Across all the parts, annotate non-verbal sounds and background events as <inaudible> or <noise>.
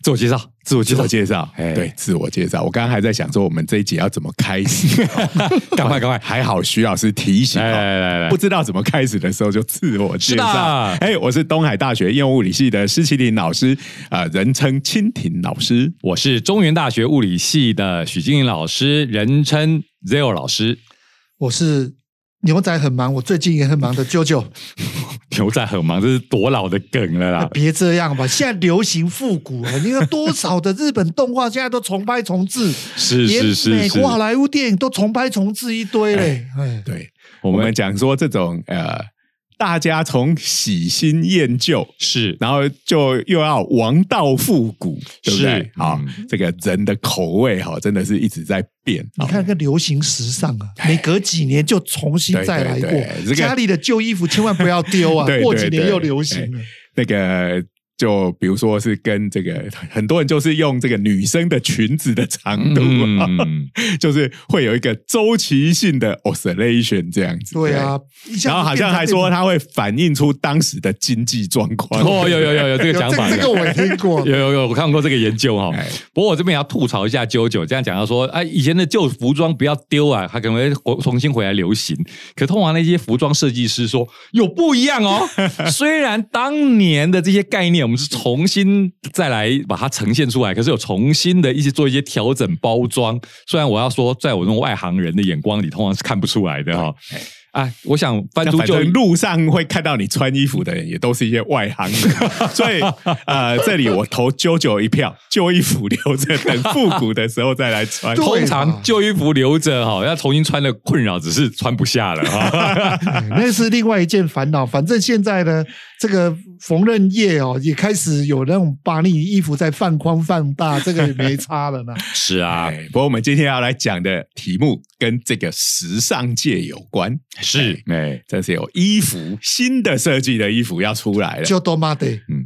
自我介绍，自我介自绍我，介绍，哎对，自我介绍。我刚刚还在想说，我们这一集要怎么开 <laughs> 始， <laughs> 赶快赶快还好徐老师提醒哎来哦。来来来不，知道怎么开始的时候就自我介是的绍。哎，我是东海大学应用物理系的施启林老师，呃，人称蜻蜓老师。我是中原大学物理系的许金玲老师，人称 Zero 老师。我是牛仔很忙，我最近也很忙的啾啾，！啊牛仔很忙，这是多老的梗了啦别这样吧，现在流行复古啊，你看多少的日本动画现在都重拍重制， <laughs> 是是连是美是国，好莱坞电影都重拍重制一堆嘞，哎，对，我我们们讲说这种呃，大家从喜新厌旧，是然后就又要王道复古，对不对是？好，这个人的口味哈，真的是一直在变。你看个流行时尚啊，每隔几年就重新再来哎对对对这个过，家里的旧衣服千万不要丢 <laughs> 啊对对，过几年对又流行了，那个。就比如说是跟这个很多人就是用这个女生的裙子的长度， <laughs> 嗯就是会有一个周期性的 oscillation 这样子。对啊，一下子然后好像还说它会反映出当时的经济状况。哦，有有有有这变个讲成这法种，的，，有这这个我听过 <laughs> 有有有，我看过这个研究哈、哎不过我这边也要吐槽一下九九，这样讲到说，哎，以前的旧服装不要丢啊，它可能会回重新回来流行。可通常那些服装设计师说有不一样 <laughs> 哦，虽然当年的这些概念我们是重新再来把它呈现出来，可是有重新的一些做一些调整包装。虽然我要说，在我这种外行人的眼光里，通常是看不出来的哈、哎哎，我想翻那出反旧正路上会看到你穿衣服的人，也都是一些外行人，所以呃，这里我投啾啾一票，旧衣服留着等复古的时候再来 <laughs> 穿。对通常旧衣服留着哈，要重新穿的困扰只是穿不下了哈。哎 <laughs> 那是另外一件烦恼。反正现在呢，这个缝纫业哦，也开始有那种把你衣服在放宽 <laughs> 放大，这个也没差了呢。是啊，哎，不过我们今天要来讲的题目跟这个时尚界有关，是哎，这是有衣服新的设计的衣服要出来了。就多妈的，啊嗯，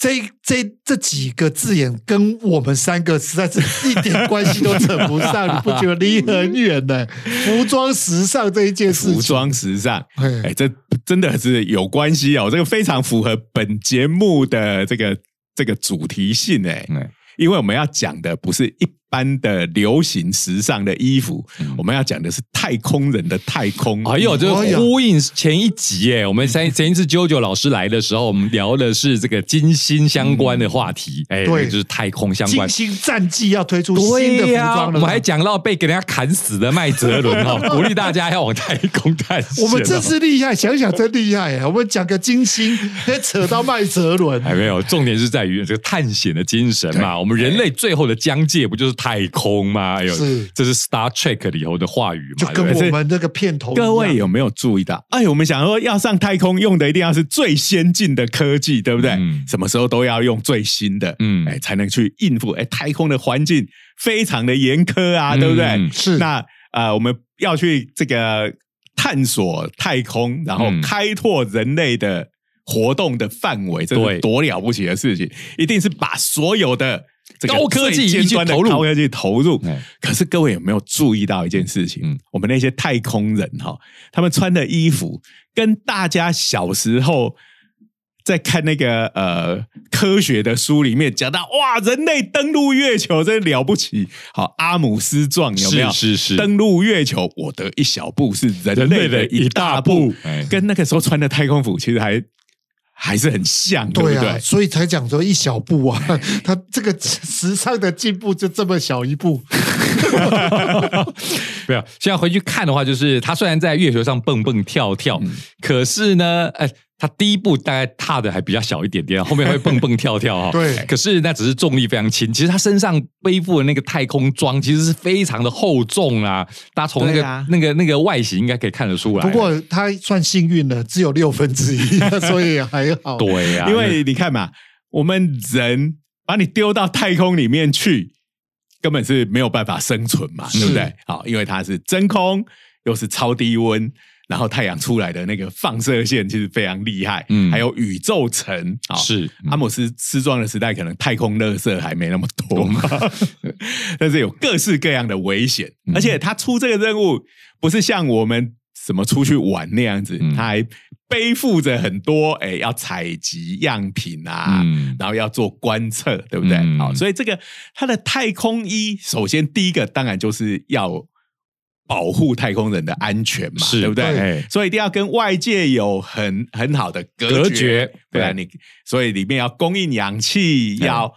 这这这几个字眼跟我们三个实在是一点关系都扯 <laughs> 不上，你不觉得离很远呢？服装时尚这一件事服情，装时尚，嘿哎，这真的是有关系哦，这个非常符合本节目的这个这个主题性哎。哎因为我们要讲的不是一般的流行时尚的衣服，我们要讲的是太空人的太空。嗯哎呦，就是呼应前一集哎，我们前前一次啾啾老师来的时候，我们聊的是这个金星相关的话题，哎，嗯对就是太空相金关。星战记要推出新的对服呀、装我了，们还。讲到被给人家砍死的麦哲伦 <laughs> 哦，鼓励大家要往太空探险哦。我们真是厉害，想想真厉害哎！我们讲个金星，还扯到麦哲伦，哎还没有，重点是在于这个探险的精神嘛。我们人类最后的疆界不就是太空吗？哎呦，哎是这是 Star Trek 里头的话语就哎嘛。跟对不对我们这个片头一样各位有没有注意到？哎，我们想说要上太空，用的一定要是最先进的科技，对不对？嗯什么时候都要用最新的，嗯哎，才能去应付。哎，太空的环境非常的严苛啊，嗯对不对？是那呃，我们要去这个探索太空，然后嗯开拓人类的活动的范围，这对是多了不起的事情！一定是把所有的这个高科技最尖端的一起投入高科技投入哎。可是各位有没有注意到一件事情？嗯我们那些太空人哈、他们穿的衣服跟大家小时候。在看那个呃科学的书里面讲到，哇，人类登陆月球真了不起！好，阿姆斯壮有没有？是是是登陆月球，我的一小步是人类的一大步，人类的一大步哎跟那个时候穿的太空服其实还还是很像，对对不啊，对？所以才讲说一小步啊， <laughs> 他这个时尚的进步就这么小 <laughs> 一步， <laughs> 没有，现在回去看的话，就是他虽然在月球上蹦蹦跳跳，嗯可是呢，哎，他第一步大概踏的还比较小一点 <laughs> 点，后面会蹦蹦跳跳哈、对可是那只是重力非常轻，其实他身上背负的那个太空装其实是非常的厚重啊，大家从那对个、啊那个那个外形应该可以看得出来。啊不过他算幸运了，只有六分之一， <laughs> 所以还好。对啊呀、因为你看嘛，我们人把你丢到太空里面去，根本是没有办法生存嘛，对不对？好，因为它是真空，又是超低温，然后太阳出来的那个放射线其实非常厉害，嗯还有宇宙层啊，是阿姆斯斯壮的时代，可能太空垃圾还没那么多嘛， <laughs> 但是有各式各样的危险，嗯而且他出这个任务不是像我们什么出去玩那样子，嗯他还背负着很多哎、要采集样品啊，嗯然后要做观测，对不对？嗯好，所以这个他的太空衣，首先第一个当然就是要保护太空人的安全嘛，是对不对？对哎所以一定要跟外界有很很好的隔绝，隔绝不然你所以里面要供应氧气，要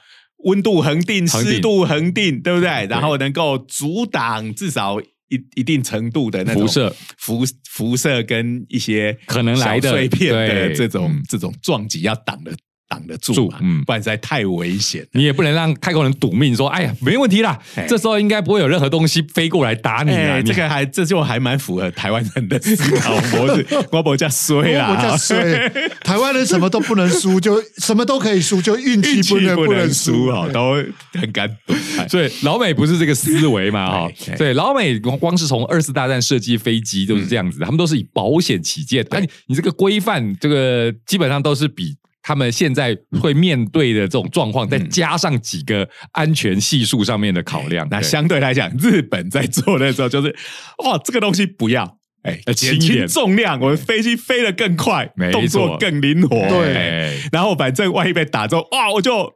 温度恒定、恒定湿度恒定，对不对？然后能够阻挡至少一一定程度的那种嗯辐射、辐辐射跟一些可能来的小碎片的对这种嗯这种撞击要挡得挡得住住嘛，嗯不然实在太危险。你也不能让太空人赌命说，哎呀，没问题啦哎，这时候应该不会有任何东西飞过来打你啊！哎，你这个还这就还蛮符合台湾人的思考模 <laughs> 式，我不叫衰啦，我叫谁？台湾人什么都不能输，就 <laughs> 什么都可以输，就运气 <laughs> 运气不能不能输输哎哦，都很敢 <laughs> 赌。哎所以老美不是这个思 <laughs> 维嘛，哈对，对，老美光是从二次大战设计飞机都是这样子，他们都是以保险起见，嗯对而你你这个规范，这个基本上都是比。他们现在会面对的这种状嗯况，再加上几个安全系数上面的考量，哎那对相对来讲，日本在做的时候就是，哇，这个东西不要，哎，呃轻减一轻点重量，我们飞机飞得更快没，动作错更灵活，哎对哎然后反正万一被打中，哇，我就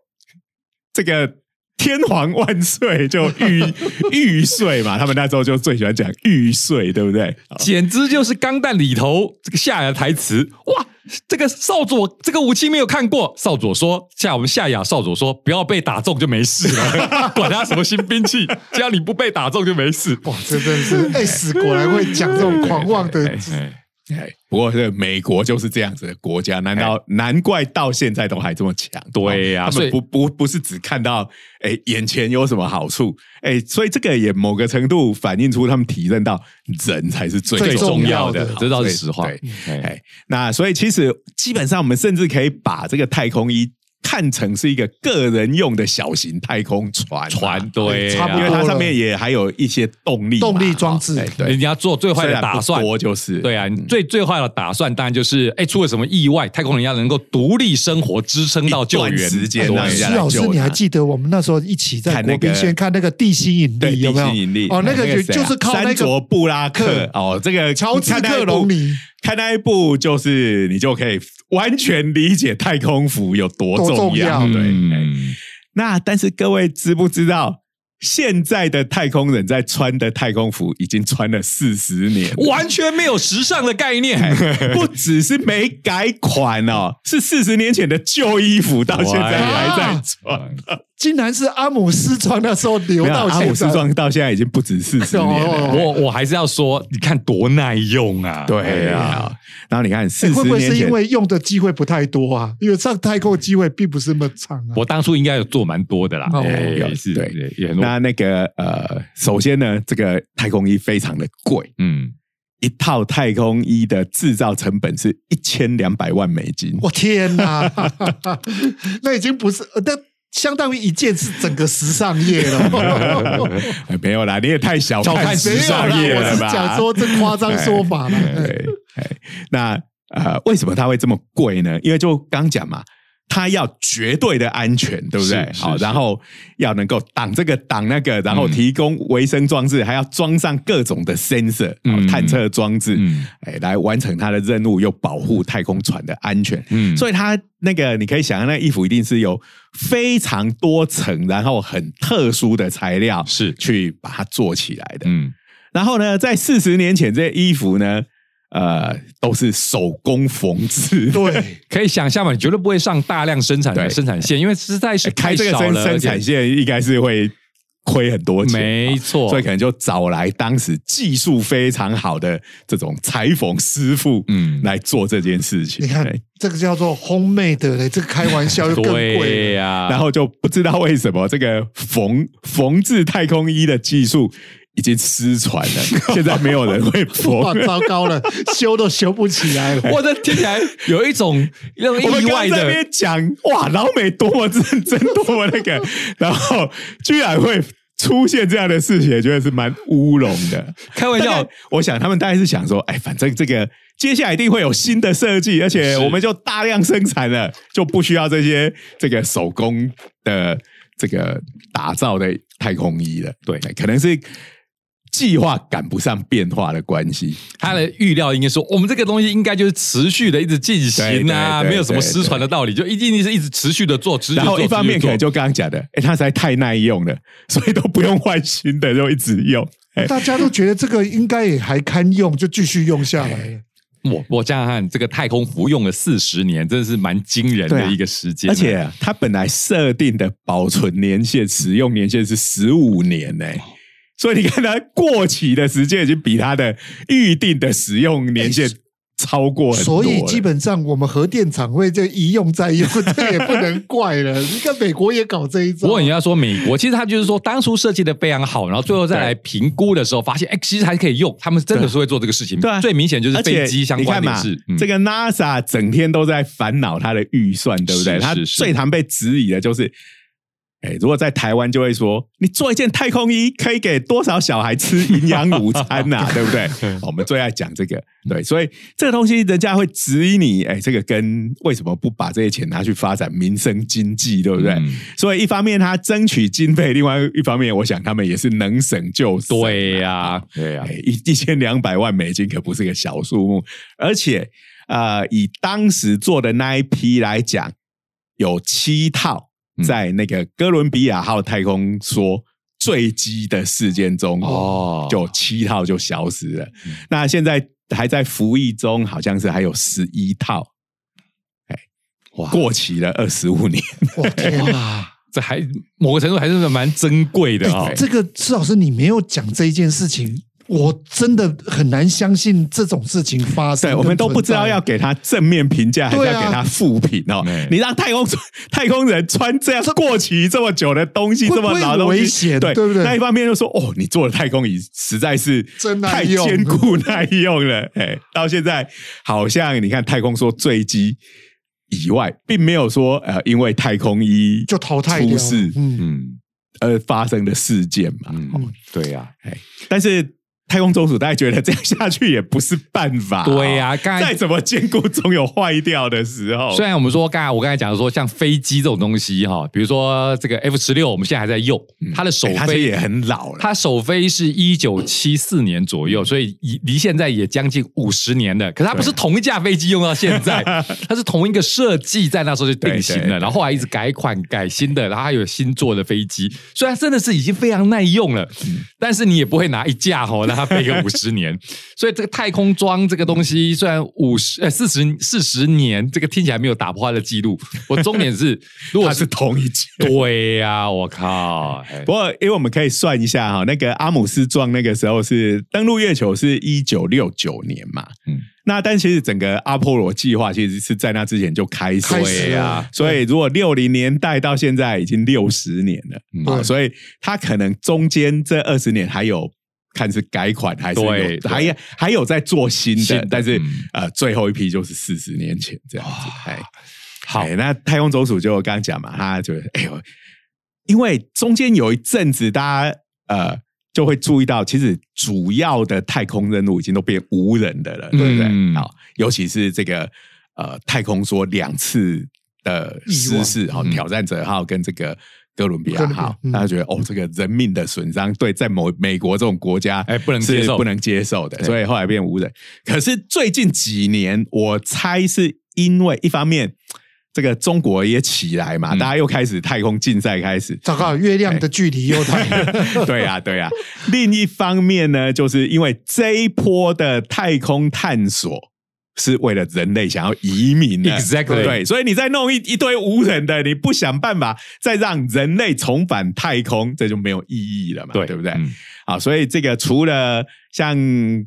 这个天皇万岁，就玉 <laughs> 玉碎嘛。他们那时候就最喜欢讲玉碎，对不对？ <laughs> 简直就是《钢弹》里头这个夏亚的台词哇！这个少佐这个武器没有看过，少佐说夏我们夏亚少佐说不要被打中就没事 <laughs> 了，管他什么新兵器，只要你不被打中就没事。哇，这真的是 S 果然会讲这种狂妄 <laughs> 的哎哎哎，不过这美国就是这样子的国家，难道难怪到现在都还这么强？对呀哦他所们以不不不是只看到哎眼前有什么好处，哎，所以这个也某个程度反映出他们体认到人才是最最重要的好这倒所是以实话哦对哎哎，那所以其实基本上我们甚至可以把这个太空衣看成是一个个人用的小型太空船哎船对啊，差不因为多它上面也还有一些动力嘛动力装置哎对你，要做最坏虽的然打不算，多就是对啊，你最最坏的打算当然就是，哎，出了什么意外，太空人要能够独立生活，支撑到救一援段时间对让人徐家老师哎救，他你还记得我们那时候一起在看那国个宾轩看那个地心引对，力有没有？地心引力哦，那个就谁啊就是靠那山个卓布拉克克哦，这个乔治看那一克部隆尼看那一部就是你就可以完全理解太空服有多多重重要，要对。哎嗯，那但是各位知不知道，现在的太空人在穿的太空服已经穿了四十年了。完全没有时尚的概 <laughs> 念。 <laughs> 不只是没改款哦，是四十年前的旧衣服，到现在还在哦穿。竟然是阿姆斯壮那时候留没有到阿现姆在斯，壮到现在已经不止四十年了。哦我我还是要说，你看多耐用啊！对呀、啊，然后你看四哎会十不会年是因前，为用的机会不太多啊？因为上太空机会并不是那么长啊。我当初应该有做蛮多的啦，哦哎有也是对对，也很多，那那个呃，首先呢，这个太空衣非常的贵，嗯，一套太空衣的制造成本是一千两百万美金。我天哪， <laughs> 那已经不是呃那。相当于一件是整个时尚业了，哎没有啦，你也 <laughs> 太小小看看时时尚尚业业没有啦了我是吧？讲说这夸张说法了。哎 <laughs> 对，哎，那呃，为什么它会这么贵呢？因为就刚讲嘛，它要绝对的安全，对不对？是是好，是然后要能够挡这个挡那个，然后嗯提供维生装置，还要装上各种的 sensor 好、嗯探测装置，嗯哎，来完成它的任务，又保护太空船的安全。嗯所以它那个你可以想象，那个衣服一定是有非常多层，然后很特殊的材料是去把它做起来的。嗯，然后呢，在四十年前，这些衣服呢，呃，都是手工缝制。对，可以想象嘛，你绝对不会上大量生产对哎的生产线，因为实在是 <laughs> 开太这个少生了，生产线应该是会亏很多而且钱，没错，所以可能就找来当时技术非常好的这种裁缝师傅，嗯嗯，来做这件事情。哎你看对这个叫做 homemade 嘞，这个开玩笑又更对啊贵了。呀，然后就不知道为什么这个缝缝制太空衣的技术已经失传 <laughs> 了，现在没有人会缝。哇，糟糕了，修都修不起 <laughs> 哎来了。我的听起来有一种让人我们意刚外刚在那的， <laughs> 边讲哇，老美多么认真，多么那个，然后居然会出现这样的事情，也觉得是蛮乌龙的。开玩大笑概，我想他们大概是想说，哎，反正这个接下来一定会有新的设计，而且是我们就大量生产了，就不需要这些这个手工的这个打造的太空衣了。对可能是计划赶不上变化的关系。他的预料应该说，我们这个东西应该就是持续的一直进行对对啊，对没有什么失传的道理，就一定是一直持续的做，持续地然做。后一方面持续可能地做就刚刚讲的，哎，它实在太耐用了， <laughs> 所以都不用换新的，就一直用。哎，大家都觉得这个应该也还堪用，就继续用下来了。我我想想看，这个太空服用了四十年，真的是蛮惊人对啊的一个时间、而且啊它本来设定的保存年限、使用年限是十五年呢、所以你看它过期的时间已经比它的预定的使用年限超过很多哎所了以基本上我们核电厂会这一用再 <laughs> 用，这也不能怪了。你看美国也搞这一招不，过你要说美国，其实他就是说当初设计的非常好，然后最后再来评估的时候发现，哎，其实还可以用。他们真的是会做这个事情。对啊最明显就是而且飞机相关你的看嘛事。嗯这个 NASA 整天都在烦恼它的预算，对不对？是它是是最常被质疑的就是。哎，如果在台湾就会说，你做一件太空衣可以给多少小孩吃营养午餐 <laughs> 呐、对不对？哦我们最爱讲这个，对，所以这个东西人家会质疑你，哎，这个跟为什么不把这些钱拿去发展民生经济，对不对？嗯所以一方面他争取经费，另外一方面，我想他们也是能省就省啊、对呀、对呀、哎 <laughs> 一一千两百万美金可不是个小数目，而且呃，以当时做的那一批来讲，有七套在那个哥伦比亚号太空梭坠机的事件中，哦就七套就消失了。那现在还在服役中，好像是还有十一套哇过期了二十五年。 <laughs> 我天啊！哇，这还某个程度还是蛮珍贵的啊、哎这个施老师，你没有讲这一件事情，我真的很难相信这种事情发生。对，我们都不知道要。给他正面评价，还是对啊要给他负评哦对。你让太空船太空人穿这样过期这么久的东西，会这不会么老的东西，危险对对不对那一方面就说哦，你做的太空椅实在是真耐太用坚固耐用了。哎，到现在好像你看太空说坠机以外，并没有说呃，因为太空衣就淘汰掉出事嗯，嗯而发生的事件嘛。嗯，对啊呀、但是太空总署大家觉得这样下去也不是办法、啊对呀、<laughs> 刚再才怎么坚固，总有坏掉的时候。哎虽然我们说刚才我刚才讲的说像飞机这种东西哈，比如说这个 F 十六，我们现在还在用，它的首哎它其实飞也很老了，它首飞是一九七四年嗯左右，所以离离现在也将近五十年了。可是它不是同一架飞机用到现在， <laughs> <laughs> 它是同一个设计在那时候就定型对对对了，然后后来一直改款改新的，然后还有新做的飞机，虽然真的是已经非常耐用了，嗯但是你也不会拿一架吼、让它飞个五 <laughs> 十年。所以这个太空装这个东西，虽然五十呃四十四十年，这个听起来没有打破它的记录。我重 <laughs> 点是，如果它是是同一届。对呀、我靠，哎不过，因为我们可以算一下哈，那个阿姆斯壮那个时候是登陆月球是一九六九年嘛，嗯嗯，那但其实整个阿波罗计划其实是在那之前就开始开始了了啊，所以如果六零年代到现在已经六十年了，嗯啊，所以它可能中间这二十年还有。看是改款还是有对对还还有在做新的，新的但是、嗯呃，最后一批就是四十年前这样子。哎，好哎那太空总署就刚刚讲嘛，他就哎呦，因为中间有一阵子，大家呃就会注意到，其实主要的太空任务已经都变无人的了，对不对？嗯好，尤其是这个呃太空说两次的失事，好、嗯挑战者号跟这个。哥伦比亚号，哥伦比亚嗯大家觉得哦，这个人命的损伤，对，在某美国这种国家，哎不能接受是不能接受的，对所以后来变无人。可是最近几年，我猜是因为一方面，这个中国也起来嘛，嗯大家又开始太空竞赛开始，糟糕，月亮的距离又太远了 <laughs> 对呀、对呀、另一方面呢，就是因为这一波的太空探索。是为了人类想要移民的 Exactly 对，所以你再弄一一堆无人的，你不想办法再让人类重返太空，这就没有意义了嘛，对对不对？嗯啊，所以这个除了像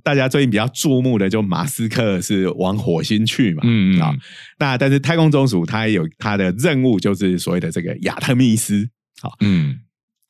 大家最近比较注目的，就马斯克是往火星去嘛，嗯嗯啊，那但是太空总署它也有它的任务，就是所谓的这个亚特密斯，嗯，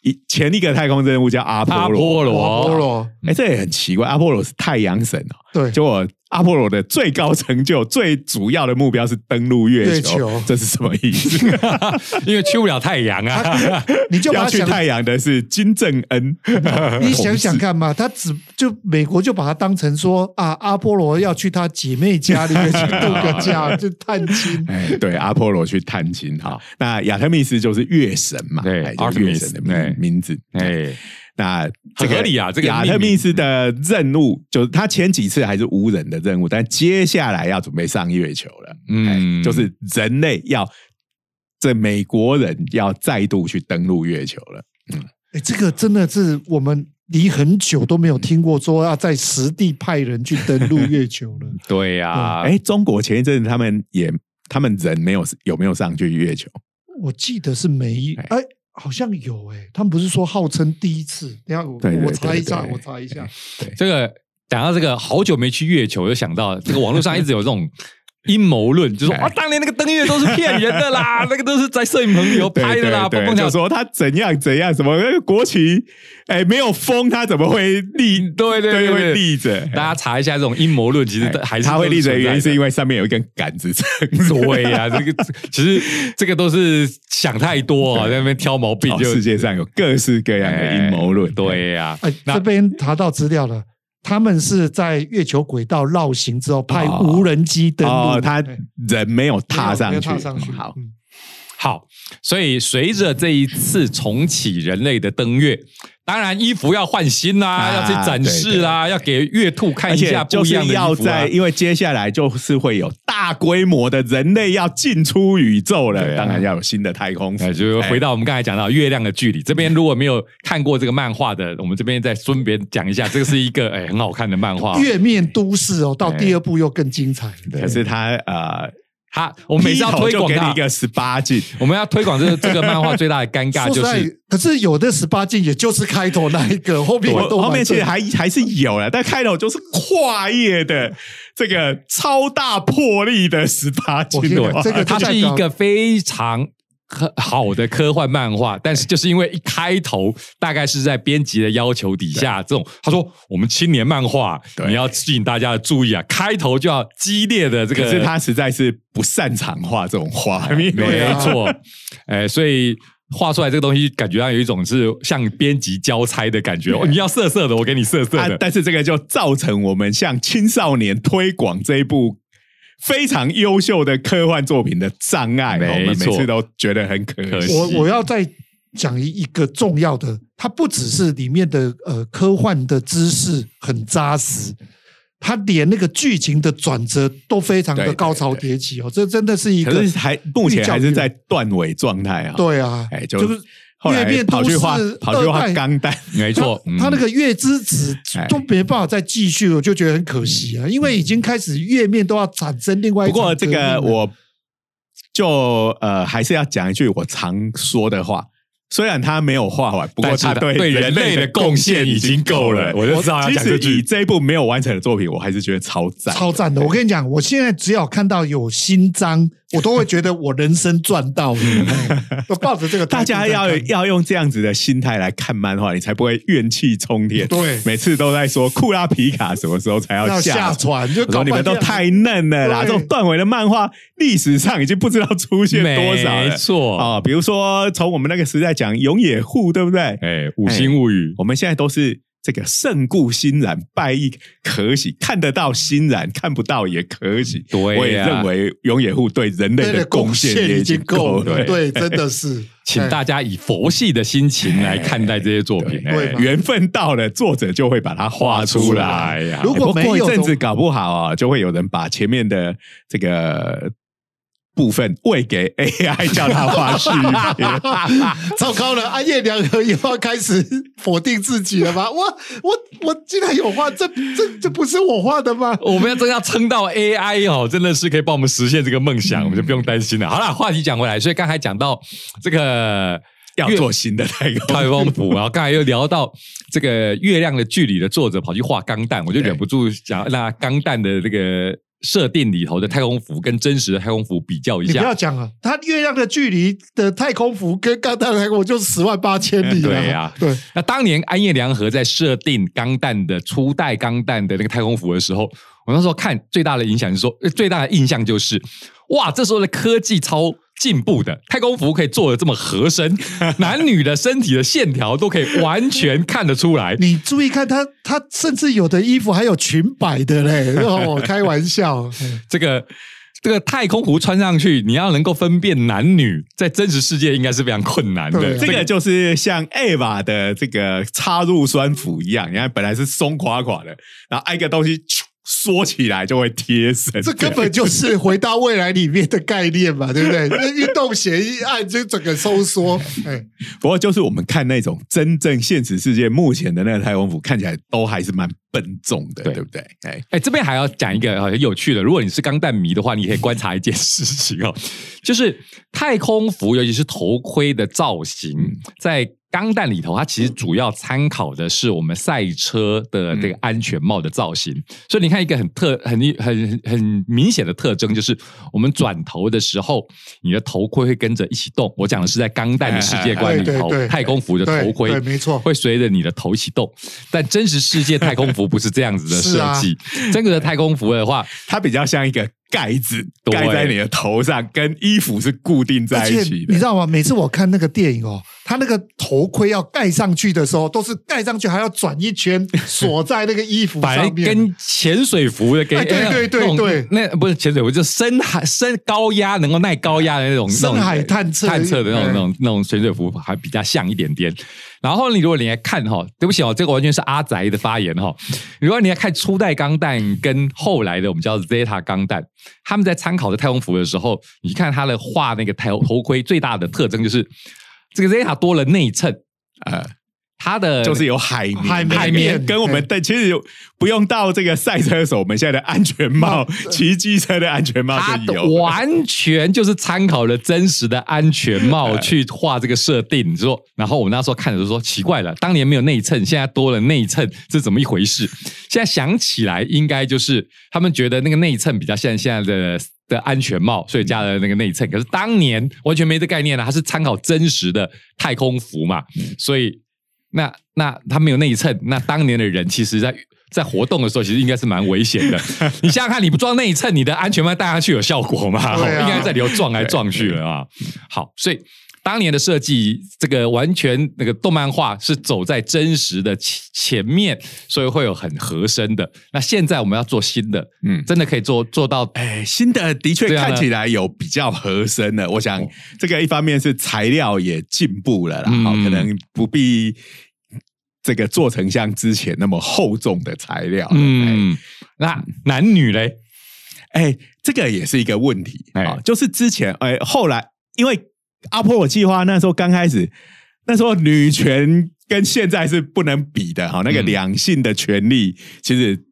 一前一个太空任务叫阿波阿罗，波罗，阿波罗，哎、这也很奇怪，阿波罗是太阳神哦，对，结果阿波罗的最高成就、最主要的目标是登陆月月球，球这是什么意 <laughs> 思？ <laughs> 因为去不了太阳啊。你就把要它去想，太阳的是金正恩， <laughs> 你想想看嘛，他只就美国就把它当成说啊，阿波罗要去他姐妹家里面去度个 <laughs> 假，就探亲。哎，对，阿波罗去探亲哈。那亚特密斯就是月神嘛，对哎就是月神的 Artemis，名名字。哎， <laughs> <laughs> 哎，那这个很合理啊这个亚命特名密斯的任务，就是他前几次还是无人的任务，但接下来要准备上月球了。嗯嗯，就是人类要这美国人要再度去登陆月球了。哎，这个真的是我们离很久都没有听过说要在实地派人去登陆月球了。对啊呀，哎、中国前一阵子他们也，他们人没有有没有上去月球？我记得是没，哎哎，好像有哎，他们不是说号称第一次？等一下我对对我查一下，对对我查一下。这个讲到这个好久没去月球，就想到这个网络上一直有这种阴谋论，就说啊，当年那个登月都是骗人的 <laughs> 啦，那个都是在摄影棚里头对拍的啦，蹦对蹦对，跳就。说他怎样怎样，什么那个国旗，哎，没有风，他怎么会立？对对对会对立着。大家查一下这种阴谋论，其实哎还是他会立着的原因是因为为上面有一根杆子撑着。对呀、这个其实这个都是想太多 <laughs> 啊、在那边挑毛病哦就世界上有各式各样的阴谋论，哎对呀、哎，那这边查到资料了，他们是在月球轨道绕行之后派无人机登陆。哦，他哎人没有踏没上有去，哦没有踏上去。好，嗯好，所以随着这一次重启人类的登月，当然衣服要换新啦、啊要去展示啦、要给月兔看而一且下就不一是样的衣服、啊。要在，因为接下来就是会有大规模的人类要进出宇宙了，对啊当然要有新的太空服哎，就是回到我们刚才讲到月亮的距离，这嗯边如果没有看过这个漫画的，我们这边再顺便讲一下，这个是一个 <laughs> 哎很好看的漫画。哦月面都市哦，到第二部又更精彩。哎嗯可是他呃，它我们每次要劈头推就广给你它一，个十八禁，我们要推广这个这个漫画最大的 <laughs> 尴尬说实就在是，，可是有的十八禁也就是开头那一个，后面我都后面其实这还还是有了，但开头就是跨页的这个超大魄力的十八禁我先的讲话，这个它是一个啊非常科好的科幻漫画，但是就是因为一开头大概是在编辑的要求底下，这种他说我们青年漫画，对你要吸引大家的注意啊，开头就要激烈的这个，可是他实在是不擅长画这种画面，对没啊错， <laughs> 哎，所以。画出来这个东西，感觉到有一种是向编辑交差的感觉。哦你要色色的，我给你色色啊的。但是这个就造成我们向青少年推广这一部非常优秀的科幻作品的障碍。哦没我们每错次都觉得很可可惜。惜我我要再讲一个重要的，它不只是里面的呃科幻的知识很扎实，它连那个剧情的转折都非常的对对高潮迭起哦，这真的是一个可是还目前还是在断尾状态啊。，对啊，哎，就就是后来月面跑都去市画跑去二画代钢弹，<laughs> 没错，嗯他那个月之子哎都没办法再继续了，我就觉得很可惜啊，因为已经开始月面都要产生另外哎一不过场这革个命了我就呃还是要讲一句我常说的话，虽然他没有画完，不过但是他对对人类类的贡贡献已已经经够了我就知道要其讲这实句以这一部没有完成的作品，我还是觉得超赞，超赞的！我跟你讲，我现在只要看到有新章，我都会觉得我人生赚到了。哎我抱着这个态大度在家看，要要用这样子的心态来看漫画，你才不会怨气冲天。对每次都在说库拉皮卡什么时候才要下下船，就我说搞你们半都天太嫩了啦！对这种断尾的漫画历史上已经不知道出现多少了没错啊、比如说从我们那个时代讲永野户，对不对？哎，五星物语，我们现在都是这个胜故欣然，败亦可喜，看得到欣然，看不到也可喜。对呀我也认为永野户对人类人类的的贡贡献献也已经够了了。。对，真的是，请哎大家以佛系的心情来看待这些作品。对哎对嘛缘分到了，作者就会把它画出来。来呀如不果过没有过一阵子的搞不好啊，就会有人把前面的这个部分喂给 AI，叫他画续 <laughs> 篇。哎糟糕了，暗夜良和又要开始否定自己了 <laughs> 吧？我我我竟然有画，这这这不是我画的吗？我们要真要撑到 AI 哦，真的是可以帮我们实现这个梦嗯想，我们就不用担心了。好了，话题讲回来，所以刚才讲到这个要月做新的太空太空 <laughs> 服，然后刚才又聊到这个《月亮的距离》的作者跑去画钢弹，我就忍不住想让钢弹的这个设定里头的太空服跟真实的太空服比较一你不要下。讲了，它月亮的距离的太空服跟钢弹的太空服就十万八千里了。对呀对，那当年安彦良和在设定钢弹的初代钢弹的那个太空服的时候，我那时候看最大的影响是说，呃最大的印象就是，哇，这时候的科技超进步的，太空服可以做的这么合身， <laughs> 男女的身体的线条都可以完全看得出来。你注意看它，它甚至有的衣服还有裙摆的嘞。 <laughs> 哦，我开玩 <laughs> 笑，嗯这个这个太空服穿上去，你要能够分辨男女，在真实世界应该是非常困难的。对啊这个就是像 Ava 的这个插入栓符一样，你看本来是松垮垮的，然后挨个东西咻缩起来就会贴身。这根本就是《回到未来》里面的概念嘛，对不 <laughs> 对？那运动鞋一按就整个收缩，哎，不过就是我们看那种真正现实世界目前的那个太空服，看起来都还是蛮笨重的，对对不对？哎，哎，这边还要讲一个呃很有趣的，如果你是钢弹迷的话，你可以观察一件事情哦， <laughs> 就是太空服，尤其是头盔的造型，嗯在钢弹里头，它其实主要参考的是我们赛车的这个安全帽的造型。所以你看一个很特、很很很明显的特征，就是我们转头的时候，你的头盔会跟着一起动。我讲的是在钢弹的世界观里头，哎对对对太空服的对头盔对，没错。会随着你的头一起动。但真实世界太空服不是这样子的是设啊计，真的太空服的话，它比较像一个盖子对盖在你的头上，跟衣服是固定而在且一起你知的。道吗？每次我看那个电影哦，他那个头盔要盖上去的时候，都是盖上去还要转一圈，锁在那个衣服反而上面，跟潜水服的跟、哎对哎对对那种对那不是潜水服，就深海深高压能够耐高压的那种深海那种呃探测探测的那种哎那种那种潜水服还比较像一点点。然后你如果你来看哈，对不起哦，这个完全是阿宅的发言哈。如果你来看初代钢弹跟后来的我们叫 Zeta 钢弹，他们在参考的太空服的时候，你看他的画那个头头盔最大的特征就是这个 Zeta 多了内衬，呃，它的就是有海绵，海绵跟我们但其实有不用到这个赛车手，我们现在的安全帽、骑机车的安全帽它就有了。完全就是参考了真实的安全帽去画这个设定，说，然后我们那时候看的时候说奇怪了，当年没有内衬，现在多了内衬，这怎么一回事？现在想起来，应该就是他们觉得那个内衬比较像现在的。的安全帽，所以加了那个内衬。可是当年完全没这概念啊，它是参考真实的太空服嘛，所以那那他没有内衬，那当年的人其实在在活动的时候，其实应该是蛮危险的。你想想看，你不装内衬，你的安全帽戴上去有效果吗？对啊应该在里头撞来撞去了啊。好，所以当年的设计，这个完全那个动漫画是走在真实的前前面，所以会有很合身的。那现在我们要做新的，嗯真的可以做做到。哎，新的的确对啊哦看起来有比较合身的，我想这个一方面是材料也进步了啦，嗯好，可能不必这个做成像之前那么厚重的材料。嗯，嗯，那男女嘞？哎，这个也是一个问题啊、哎好就是之前哎，后来因为阿波罗计划那时候刚开始，那时候女权跟现在是不能比的哈，那个嗯两性的权利其实。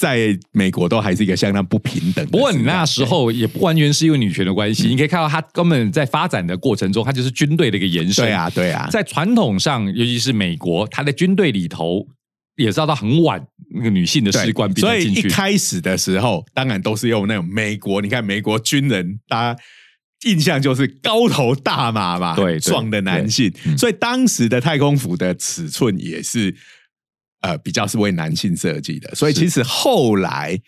在美国都还是一个相当不平等的时代。不过你那时候也不完全是因为女权的关嗯系，你可以看到它根本在发展的过程中，它就是军队的一个延伸。对啊，对啊，在传统上，尤其是美国，它的军队里头也是要到很晚，那个女性的对士官兵所才以进一去。开始的时候，当然都是用那种美国，你看美国军人，大家印象就是高头大马嘛，对对壮的男性对，嗯所以当时的太空服的尺寸也是呃比较是为男性设计的，所以是其实后来。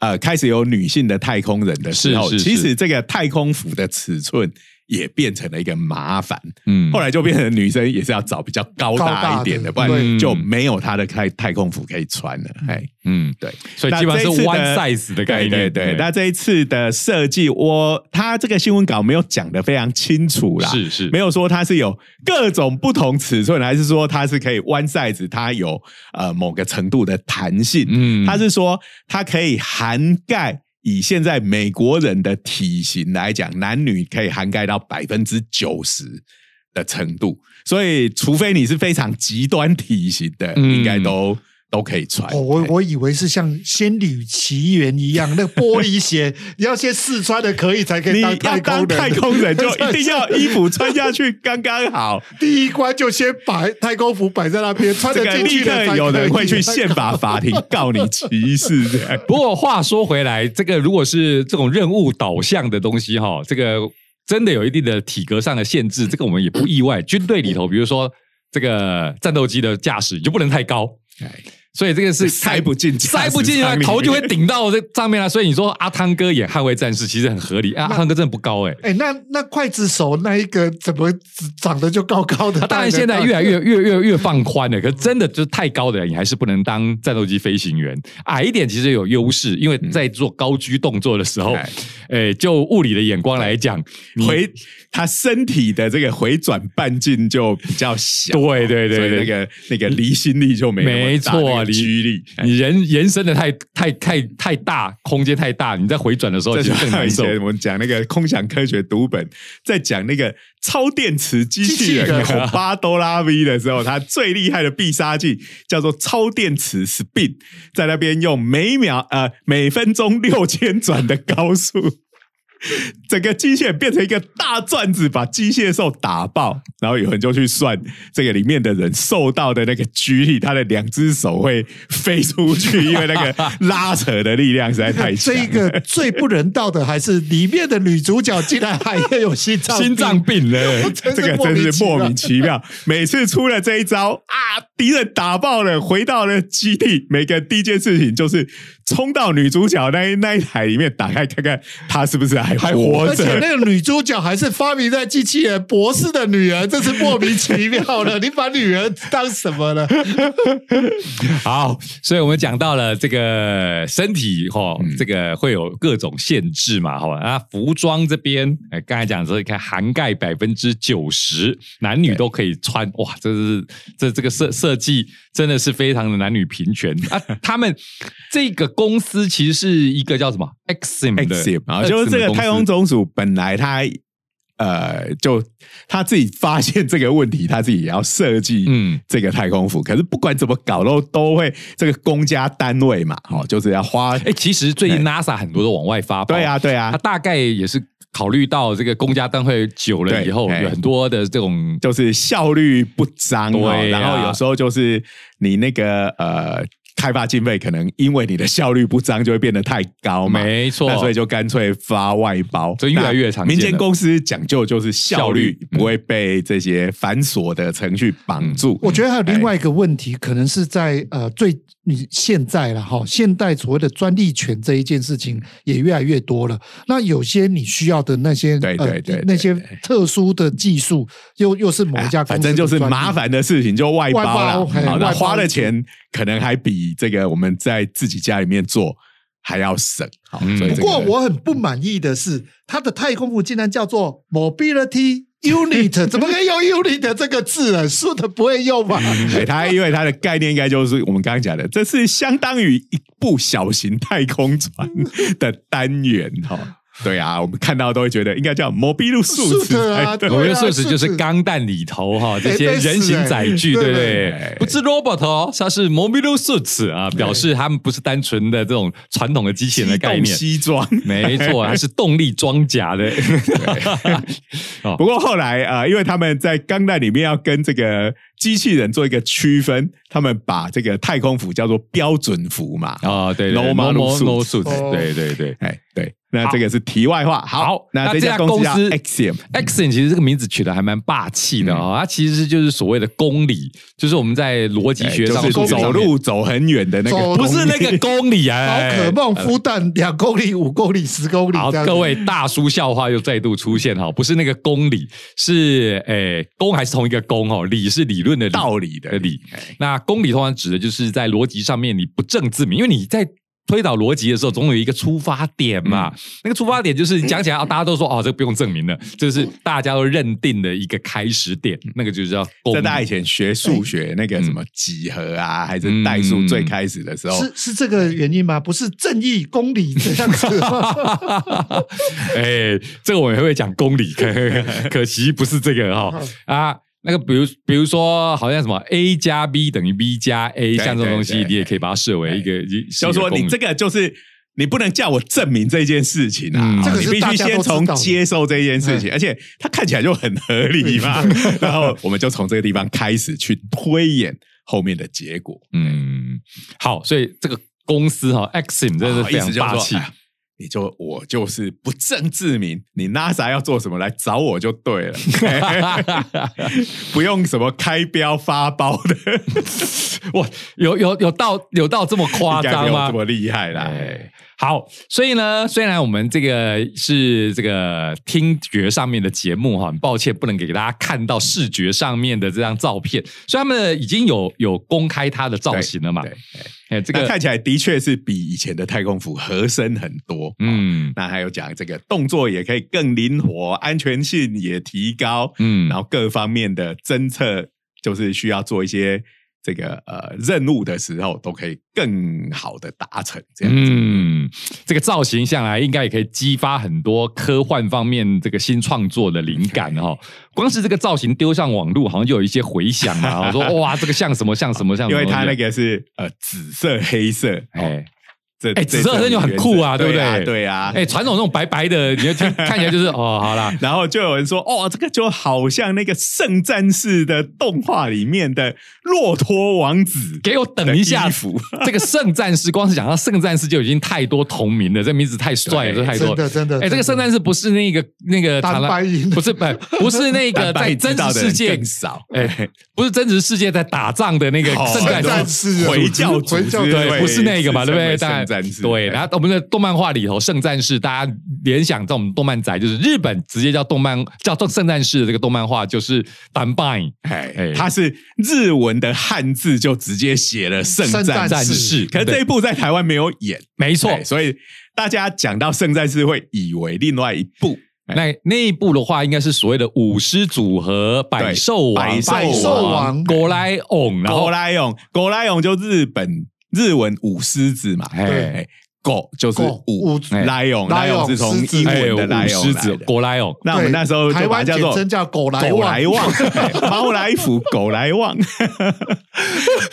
呃，开始有女性的太空人的时候，是是其是实这个太空服的尺寸也变成了一个麻烦。嗯后来就变成女生也是要找比较高大一点的，高不大的然对就没有她的太太空服可以穿了。哎，嗯，对，所以基本上是 one 那这一次 size 的概念。对对对，那这一次的设计，我他这个新闻稿没有讲的非常清楚啦，是是没有说它是有各种不同尺寸，还是说它是可以 one size，它有呃某个程度的弹性。嗯它是说它可以涵盖。以现在美国人的体型来讲，男女可以涵盖到百分之九十的程度，所以除非你是非常极端体型的，嗯应该都都可以穿。哦，我我以为是像《仙女奇缘》一样，那个玻璃鞋，你要先试穿的可以才可你以要当太当空人。太空人，就一定要衣服穿下去刚刚好。第一关就先把太空服摆在那边，穿这得个进立去的才刻可以有人会去宪法法庭告你歧视，这样不过话说回来，这个如果是这种任务导向的东西哈，这个真的有一定的体格上的限制，这个我们也不意外。军队里头，比如说这个战斗机的驾驶，你就不能太高，所以这个是塞不进 <laughs> 驾驶舱塞不进来，里面头就会顶到这上面了。啊所以你说阿汤哥演捍卫战士其实很合理，啊阿汤哥真的不高哎、 <laughs> 哎，那那刽子手那一个怎么长得就高高的？他啊当然现在越来越越越越放宽了，可是真的就是太高的人，你还是不能当战斗机飞行员。矮一点其实有优势，因为在做高居动作的时候，哎嗯哎、就物理的眼光来讲，你回他身体的这个回转半径就比较小，对对对所以对那个那个离心力就没那么没大错那个离居力。哎你人延伸的太太太太大，空间太大，你在回转的时候这其就实更像难以受。前我们讲那个空想科学读本，在讲那个超电池机器机器人人孔巴多拉 V 的时候，它最厉害的必杀技叫做超电池 spin，在那边用每秒呃每分钟六千转的高速。整个机械变成一个大转子，把机械兽打爆，然后有人就去算这个里面的人受到的那个居力，他的两只手会飞出去，因为那个拉扯的力量实在太强了。 <laughs> 这个最不人道的还是里面的女主角竟然还有心脏心脏 <laughs> 病了，真哎这是个莫真名是其莫妙名其 <laughs> 妙。每次出了这一招啊，敌人打爆了，回到了基地，每个第一件事情就是冲到女主角那一那一台里面，打开看看她是不是还还活活而且着。那个女主角还是发明在机器人博士的女儿，这是莫名其妙的。你把女儿当什么了？好，所以我们讲到了这个身体哈、哦嗯这个会有各种限制嘛，哈、啊，服装这边，哎，刚才讲说，你看涵盖百分之九十，男女都可以穿，哇，这是这这个嗯设设计真的是非常的男女平权 <laughs> 啊。他们这个公司其实是一个叫什么 Exim 的 Exim 啊，就是这个太空总总署本来他呃，就他自己发现这个问题，他自己也要设计，嗯这个太空服。可是不管怎么搞都都会这个公家单位嘛，哦，就是要花，哎，哦其实最近 NASA 很多都往外发包，对啊，对啊他，大概也是考虑到这个公家单位久了以后，对哎有很多的这种就是效率不彰、哦，对啊然后有时候就是你那个呃开发经费可能因为你的效率不彰就会变得太高嘛，没错，那所以就干脆发外包，所以越来越常那见了民间公司讲究就是效率，效率不会被这些繁琐的程序绑住。嗯我觉得还有另外一个问题，可能是在呃最你现在了哈，现代所谓的专利权这一件事情也越来越多了。那有些你需要的那些对对呃对对那些特殊的技术，又又是某一家公司、哎反正就是麻。烦的事情就外包了，外包嘿好，外那包花的钱可能还比这个我们在自己家里面做还要省。好，嗯所以这不个过我很不满意的是，它的太空服竟然叫做 Mobility Unit，怎么可以用 Unit 这个字呢？说的不会用吧？ <laughs> 对它，因为它的概念应该就是我们刚刚讲的，这是相当于一部小型太空船的单元哈、哦。对啊，我们看到都会觉得应该叫哎摩比路数字 Suit 啊对我们的啊 s 是就是是钢弹里头哈，这哎些被死人形哎载具，对对不对对？不是 robot 哦，它是 mobile suits 啊，表示他们不是单纯的这种传统的机器人的机概动念。西装。没错，它是动力装 <laughs> 甲的。不过后来啊、呃因为他们在钢弹里面要跟这个机器人做一个区分，他们把这个太空服叫做标准服嘛。啊，对对 <laughs> No ，no model no suits 哦 suits，对对对。哎，对，那这个是题外话。好，好那那这这家家公司叫公司 Axiom，嗯 Action 其实这个名字取得还蛮霸气的哦，它其实就是所谓的公理，就是我们在逻辑哎学就上是数学上走面路走很远的那个走公里，不是那个公理啊，宝可梦孵蛋两公里、五公里、十公里好这，样子。各位大叔笑话又再度出现哈，不是那个公理，是诶、公还是同一个公哦，理是理论的理道理的的理。那公理通常指的就是在逻辑上面你不正自明，因为你在。推导逻辑的时候，总有一个出发点嘛。那个出发点就是你讲起来，啊大家都说哦，这个不用证明了，这是大家都认定的一个开始点，那个就叫公在大家理。以前学哎数学那嗯个什么几何啊，还是代数，最开始的时候，是是这个原因吗？不是正义公理这样子 <laughs> 吗 <laughs> <laughs> 哎，这个我也会讲公理，可可惜不是这个哈、啊。那个比如比如说好像什么 A 加 B 等于 B 加 A，对像这种东对西，对你也可以把它设为一个，就说你这个就是你不能叫我证明这件事情啊，嗯这个你是必大须家都先知道从的哎接受这件事情，而且它看起来就很合理嘛， <laughs> 然后我们就从这个地方开始去推演后面的结果，嗯，好，所以这个公司哈、Axim 真的啊是非意思常就是霸说气，哎你就我就是不证自明，你 NASA 要做什么来找我就对 <laughs> 了， <laughs> 不用什么开标发包的，哇，有有有到有到这么夸应该没张有吗这？么厉害啦。哎，好，所以呢，虽然我们这个是这个听觉上面的节目哈，很抱歉不能给大家看到视觉上面的这张照片，所以他们已经有有公开它的造型了嘛对，？哎哎，这那个看起来的确是比以前的太空服合身很多。嗯，嗯那还有讲这个动作也可以更灵活，安全性也提高，嗯，然后各方面的侦测就是需要做一些这个呃任务的时候，都可以更好的达成这样子。嗯，这个造型下来，应该也可以激发很多科幻方面这个新创作的灵感哦。光是这个造型丢上网络，好像就有一些回响啊。我说哇，这个像什么像什么像什因么，为它那个是呃紫色黑色，哎哎，这哎这紫色黑色就很酷啊对啊对不对对啊，哎传统那种白白的，你就听看起来就是哦，好啦，然后就有人说，哦，这个就好像那个圣战士的动画里面的骆驼王子，给我 <laughs> 等一下的衣服。这个圣战士，光是讲到圣战士就已经太多同名了，这名字太帅对了，这太真多。的真的，哎，这个圣真的战士不是那个那个单塔拉白银不是不不是 <laughs> 那但个在白真知道实的人世界更少， <laughs> 哎，不是真实世界在打仗的那个哦圣战圣士，战士啊回教组织回教组织对，会不是那个嘛，是对不对？成为当圣然战士对。然后我们的动漫画里头，圣战士，大家联想这种动漫宅，就是日本直接叫动漫叫做圣战士的这个动漫画，就是 d a n b a n 哎哎，它是日文的汉字就直接写了圣战圣战战士士。可是这一部在台湾没有演，没错哎，所以大家讲到圣战士会以为另外一部那那一部的话，应该是所谓的舞狮组合百兽王、百兽王国莱翁，然后狗莱勇，狗莱勇就日本日文舞狮子嘛，对哎，狗就是狗舞舞，莱勇，哎莱勇是从狮子英哎文的莱舞勇狮来啊子的国莱翁。那我们那时候对就把台它湾叫做简称叫狗来狗旺来旺，哎猫来 <laughs> 福，狗来旺。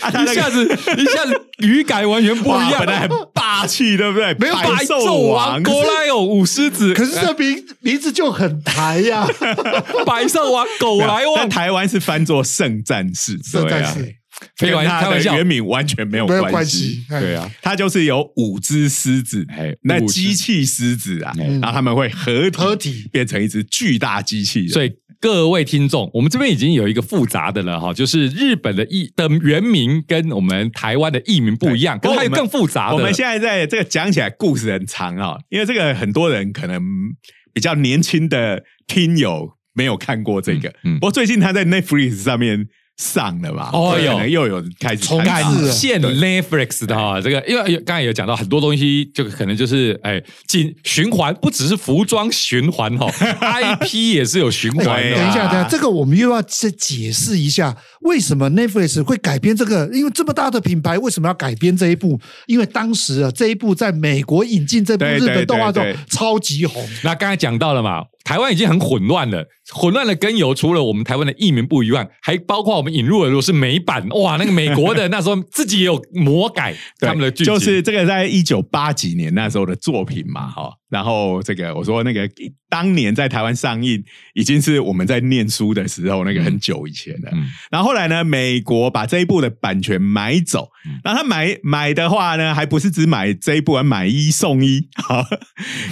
啊 <laughs> 他那一个下子，一下子语感完全不一哇样本，来很 <laughs> 霸气，对不对？没有百百兽兽王、 <laughs> 国莱翁、舞狮子，可是这 <laughs> 名名字就很台呀，啊百兽王、狗莱但翁，台湾是翻作圣战士， <laughs> 圣战对啊士开玩跟开他玩笑的，原名完全没有没有关关系系。哎对啊，它就是有五只狮子哎，那五只机器狮子啊，哎嗯然后他们会合体合体变成一只巨大机器人，所以各位听众，我们这边已经有一个复杂的了哈，就是日本的译的原名跟我们台湾的译名不一样，对可是还有不过更复杂的。我们现在在这个讲起来故事很长啊、因为这个很多人可能比较年轻的听友没有看过这个，嗯嗯不过最近他在 Netflix 上面上了嘛，哦可有能又有人开始重看置到感了谢 Netflix 的哈，这个因为刚才有讲到很多东西，就可能就是哎，进循环不只是服装循环哈，IP 也是有循环对的。啊等一下，等一下，这个我们又要再解释一下，为什么 Netflix 会改编这个？因为这么大的品牌，为什么要改编这一部？因为当时啊，这一部在美国引进这部对日对本动画中对对超级红，那刚才讲到了嘛，台湾已经很混乱了，混乱的根由除了我们台湾的译名不一样，还包括我们引入的如果是美版，哇，那个美国的那时候自己也有魔改对他们的剧情，就是这个在一九八几年那时候的作品嘛，哈、然后这个我说那个当年在台湾上映，已经是我们在念书的时候那个很久以前了。嗯然后后来呢，美国把这一部的版权买走，然后他买买的话呢，还不是只买这一部，还买一送一。 <laughs> 好，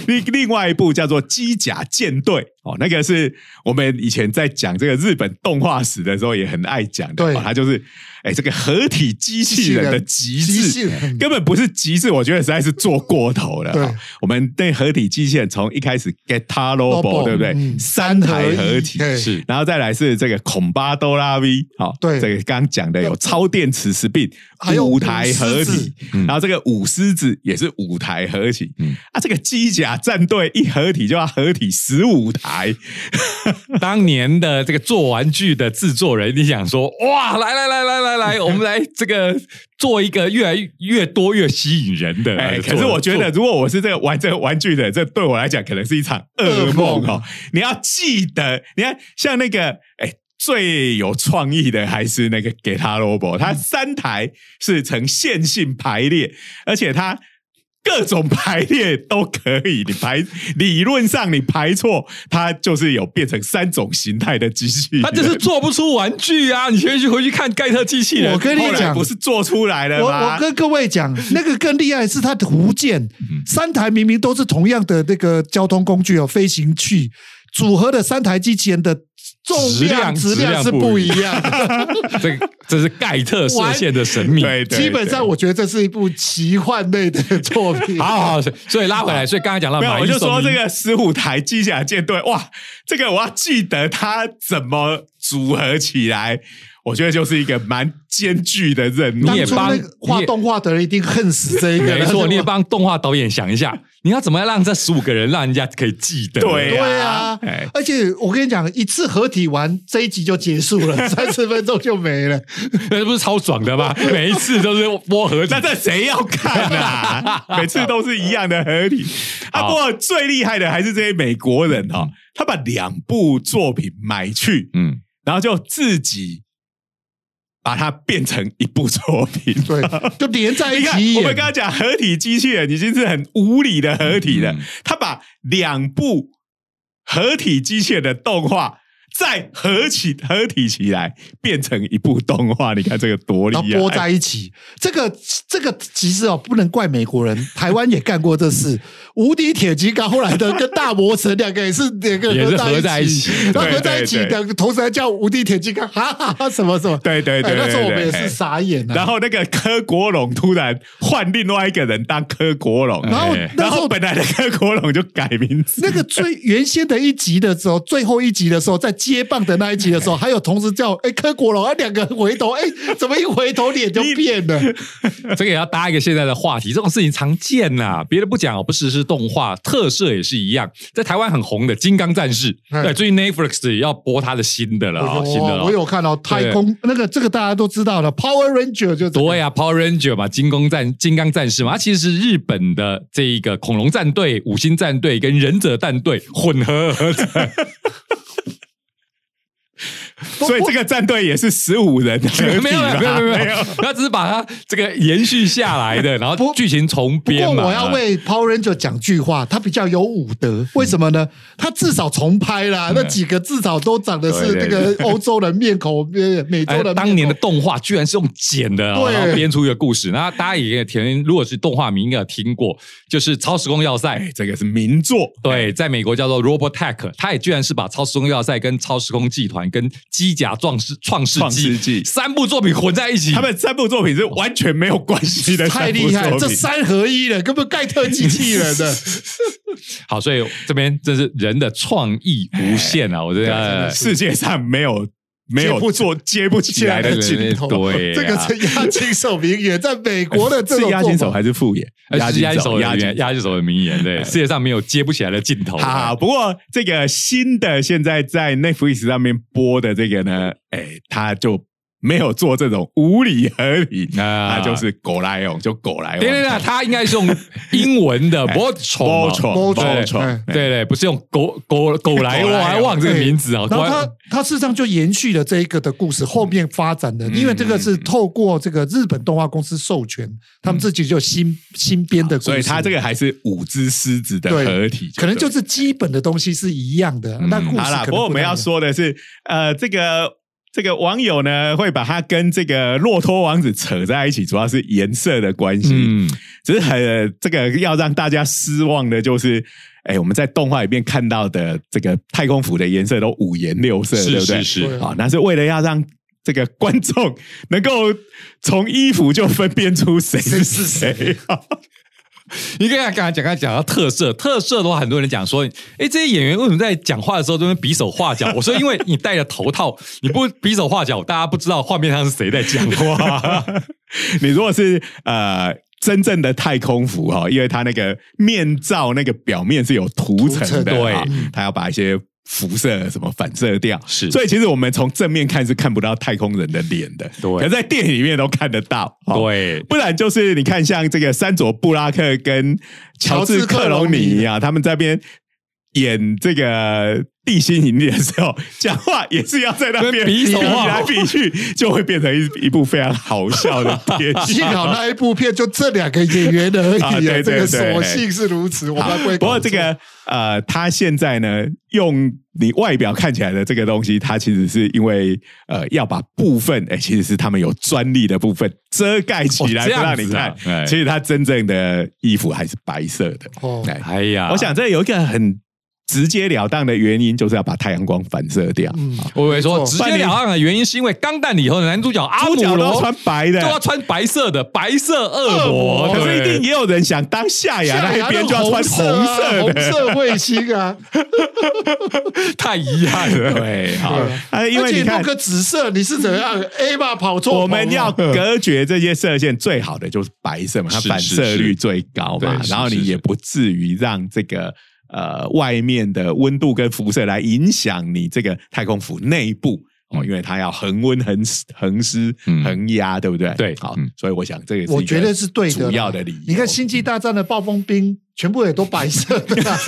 另另外一部叫做《机甲舰队》哦，那个是我们以前在讲这个日本动画史的时候也很爱讲的，对哦它就是哎这个合体机器人的极极致。哎限根本不是极致，我觉得实在是做过头了啊。对我们对合体机器人从一开始 Guitar Robo， Robo，对不对？嗯三台合体，对是然后再来是这个孔巴多拉 V，好、对这个刚刚讲的有超电磁石病，还有舞台合舞狮体子，嗯然后这个舞狮子也是舞台合体，嗯啊，这个机甲战队一合体就要合体十五台， <laughs> 当年的这个做玩具的制作人，你想说，哇，来来来来来来，我们来这个做一个越来越越多越吸引人的。 <laughs> <laughs> 呃哎，可做是我觉得，做如果我是这个玩这个玩具的，这对 <laughs> 我来讲可能是一场噩梦噩哦。你要记得，你看像那个，哎，最有创意的还是那个给他 robo，它三台是呈线性排列，而且它各种排列都可以。你排理论上你排错，它就是有变成三种形态的机器人。<laughs> 他就是做不出玩具啊！你回去回去看盖特机器人，我跟你后来讲不是做出来了我吗？我跟各位讲，那个更厉害的是它的图鉴，三台明明都是同样的那个交通工具哦，飞行器组合的三台机器人的重量质量质质量是量不不一一样的。 <laughs> 这个这是盖特射线的神秘。对对，基本上，对我觉得这是一部奇幻类的作品。好好，好所以拉回来，所以刚才讲到没有，买我一就啊送说一这个十五台机甲舰队，哇，这个我要记得它怎么组合起来，我觉得就是一个蛮艰巨的任务你。也当初帮那个画你也动画的人一定恨死这一个了。没是吧错，你也帮动画导演想一下，你要怎么样让这十五个人让人家可以记得？对对啊哎，而且我跟你讲，一次合体完这一集就结束了，三十分钟就没了。 <laughs> 那不是超爽的吗？每一次都是摸盒子那，这谁要看 <laughs> 啊？每次都是一样的合体啊！好不过最厉害的还是这些美国人哦，他把两部作品买去，嗯，然后就自己把它变成一部作品。对，就连在一哎你看，起我演们刚刚讲合体机器人已经是很无理的合体了，嗯他把两部合体机器人的动画再合起合体起来，变成一部动画，你看这个多厉然后害！播在一哎起。这个这个其实哦，不能怪美国人，台湾也干过 <laughs> 这事。无敌铁金刚后来的跟大魔神两个也是两个也是人合在一起然 <laughs> 后合在一起，对对对两个同时还叫无敌铁金刚， <laughs> 哈哈哈，什么什么。对对对哎那时候我们对也对是傻眼啊。然后那个柯国龙突然换另外一个人当柯国龙，然后哎然那时候后本来的柯国龙就改名字， <laughs> 那个最原先的一集的时候，最后一集的时候，在接棒的那一集的时候，还有同时叫哎柯国龙，啊两个回头，哎怎么一回头脸就变了？ <laughs> 这个也要搭一个现在的话题，这种事情常见呐、别的不讲哦，不只是动画，特摄也是一样，在台湾很红的《金刚战士》，嗯对，最近 Netflix 也要播它的新的了哦，新的哦了我哦。有看到太空那个这个大家都知道了，Power Ranger 就这个对呀、p o w e r Ranger 嘛，金刚战金刚战士嘛，它其实是日本的这一个恐龙战队、五星战队跟忍者战队混合而成。所以这个战队也是十五人的 <laughs> 合体啊哎没有吧啦没有没有没有，他只是把它这个延续下来 <laughs> 的，然后剧情重不编过嘛。我要为 Power Ranger 讲句话，他比较有武嗯德，为什么呢？他至少重拍啦，那几个至少都长的是对那对个欧洲人面孔，美美洲哎人面孔。当年的动画居然是用剪的、哦，对然后编出一个故事。那大家也填，如果是动画迷应该有听过，就是《超时空要塞》哎，这个是名作，对，在美国叫做 Robotech，它也居然是把《超时空要塞》跟《超时空集团》跟《机甲壮士创世创世纪纪》三部作品混在一起。他们三部作品是完全没有关系的，太厉害了，这三合一了，根本盖特机器 <laughs> 人的。好，所以这边真是人的创意无限啊！我觉得世界上没有没有做接不起来的对镜头，对， <laughs> 啊这个是押金手名言，在美 <laughs> 国的 <laughs> 这是种押金手做法还是副眼？呃是压手押的金名压手的名言，对，世界上没有接不起来的镜头。好好，不过这个新的现在在 Netflix 上面播的这个呢，哎，他就没有做这种无理合理，啊他就是狗来用，就狗来对对对，用。他应该是用英文的 b o t r o 包 n 虫，包包虫虫哎，对对，不是用狗狗狗来，狗我来还忘这个名字啊。然后乖他他事实上就延续了这一个的故事后面发展嗯的，因为这个是透过这个日本动画公司授权，他们自己就新新编的故事，啊所以他这个还是五只狮子的对合体，可能对嗯就是基本的东西是一样的，那故事好啦，可能不过我们太一样要说的是，呃，这个这个网友呢会把它跟这个骆驼王子扯在一起，主要是颜色的关系。嗯，只是很、这个要让大家失望的就是，哎，我们在动画里面看到的这个太空服的颜色都五颜六色，对是不对是？是对，啊、那是为了要让这个观众能够从衣服就分辨出谁是谁。你刚才刚才讲，刚才讲到特色，特色的话，很多人讲说，哎，这些演员为什么在讲话的时候都能比手画脚？我说，因为你戴着头套，你不比手画脚，大家不知道画面上是谁在讲 <laughs> 话。 <laughs> 你如果是呃真正的太空服哈、哦，因为它那个面罩那个表面是有涂层涂层的，对啊它要把一些辐射什么反射掉，是所以其实我们从正面看是看不到太空人的脸的，对可在电影里面都看得到，哦。对，不然就是你看，像这个山佐布拉克跟乔治克隆尼啊，他们这边演这个地心引力的时候，讲话也是要在那边跟比手啊来比去，就会变成一一部非常好笑的片。 <laughs> 幸好那一部片就这两个演员而已、啊，啊对对 <laughs> 这个对所幸是如此。我好 <laughs> 们不会不搞过错这个呃，他现在呢，用你外表看起来的这个东西，他其实是因为呃，要把部分哎、其实是他们有专利的部分遮盖起来，哦不这样让你子啊看。哎其实他真正的衣服还是白色的。哦，哎哎呀，我想这有一个很直截了当的原因，就是要把太阳光反射掉。嗯，我以为说没错直截了当的啊原因是因为《钢弹》里头的男主角阿主角姆都要罗穿白就的，啊哦要穿白色的白色恶魔，可是对一定也有人想当夏亚哎那一边，就要穿红色啊、色红的。色卫星啊，太遗憾了。对， <laughs> 好对啊，啊，因而为且你看弄，个紫色，你是怎样 A 吧跑错棚啊？我们要隔绝这些射线，最好的就是白色嘛，它是反是射率是最高嘛对，是然后是你是也不至于让这个呃外面的温度跟辐射来影响你这个太空服内部。哦，因为它要恒温、恒湿恒湿、嗯恒压，对不对？对好嗯，所以我想这个是一个我觉得是对的啦，主要的理由。你看《星际大战》的暴风兵，全部也都白色的、啊，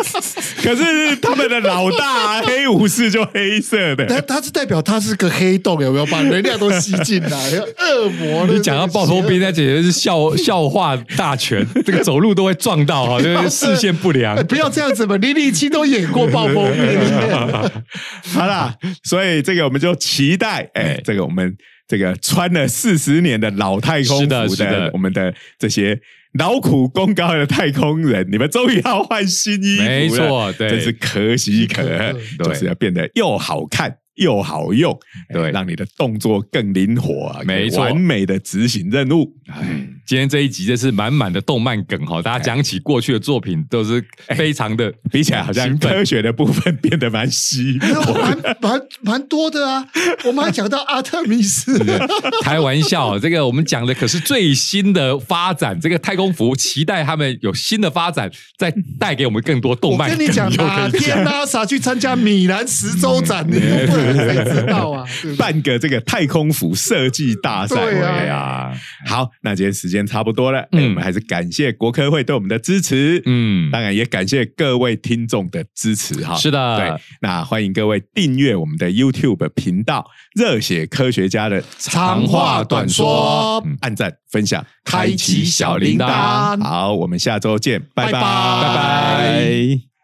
<laughs> 可是他们的老 <laughs> 大黑武士就黑色但的，它是代表它是个黑洞，有没有把能量都吸进来？ <laughs> 恶魔，你讲到暴风兵，那简直是笑笑话 <laughs> 大全，这个走路都会撞到哈，就是视线不良 <laughs> 哎，。不要这样子嘛！零零七都演过暴风 <laughs> 兵，好啦，所以这个我们就期待，哎哎，这个我们这个穿了四十年的老太空服是的是的我们的这些劳苦功高的太空人，你们终于要换新衣服了，没错对真是可喜可贺，对就是要变得又好看。又好用，哎对让你的动作更灵活啊，没错可以完美的执行任务。今天这一集真是满满的动漫梗哈，大家讲起过去的作品都是非常的比起来，好像兴奋科学的部分变得蛮 <laughs> 稀薄没有蛮蛮蛮多的啊！我们还讲到阿特米 <laughs> 斯，哎 <laughs> 开玩笑，这个我们讲的可是最新的发展，这个太空服期待他们有新的发展，再带给我们更多动我漫跟梗。你讲，又可哪以天 NASA 去参加米兰十周展， <laughs> 你不会谁知道啊？对不对办个这个太空服设计大赛。对啊哎哎呀呀，好，那今天时间差不多了，嗯哎我们还是感谢国科会对我们的支持。嗯，当然也感谢各位听众的支持哈，是的对，那欢迎各位订阅我们的 YouTube 频道“热血科学家”的 <laughs> 长话短说嗯按赞、分享、开启小铃铛好，我们下周见，拜拜拜拜拜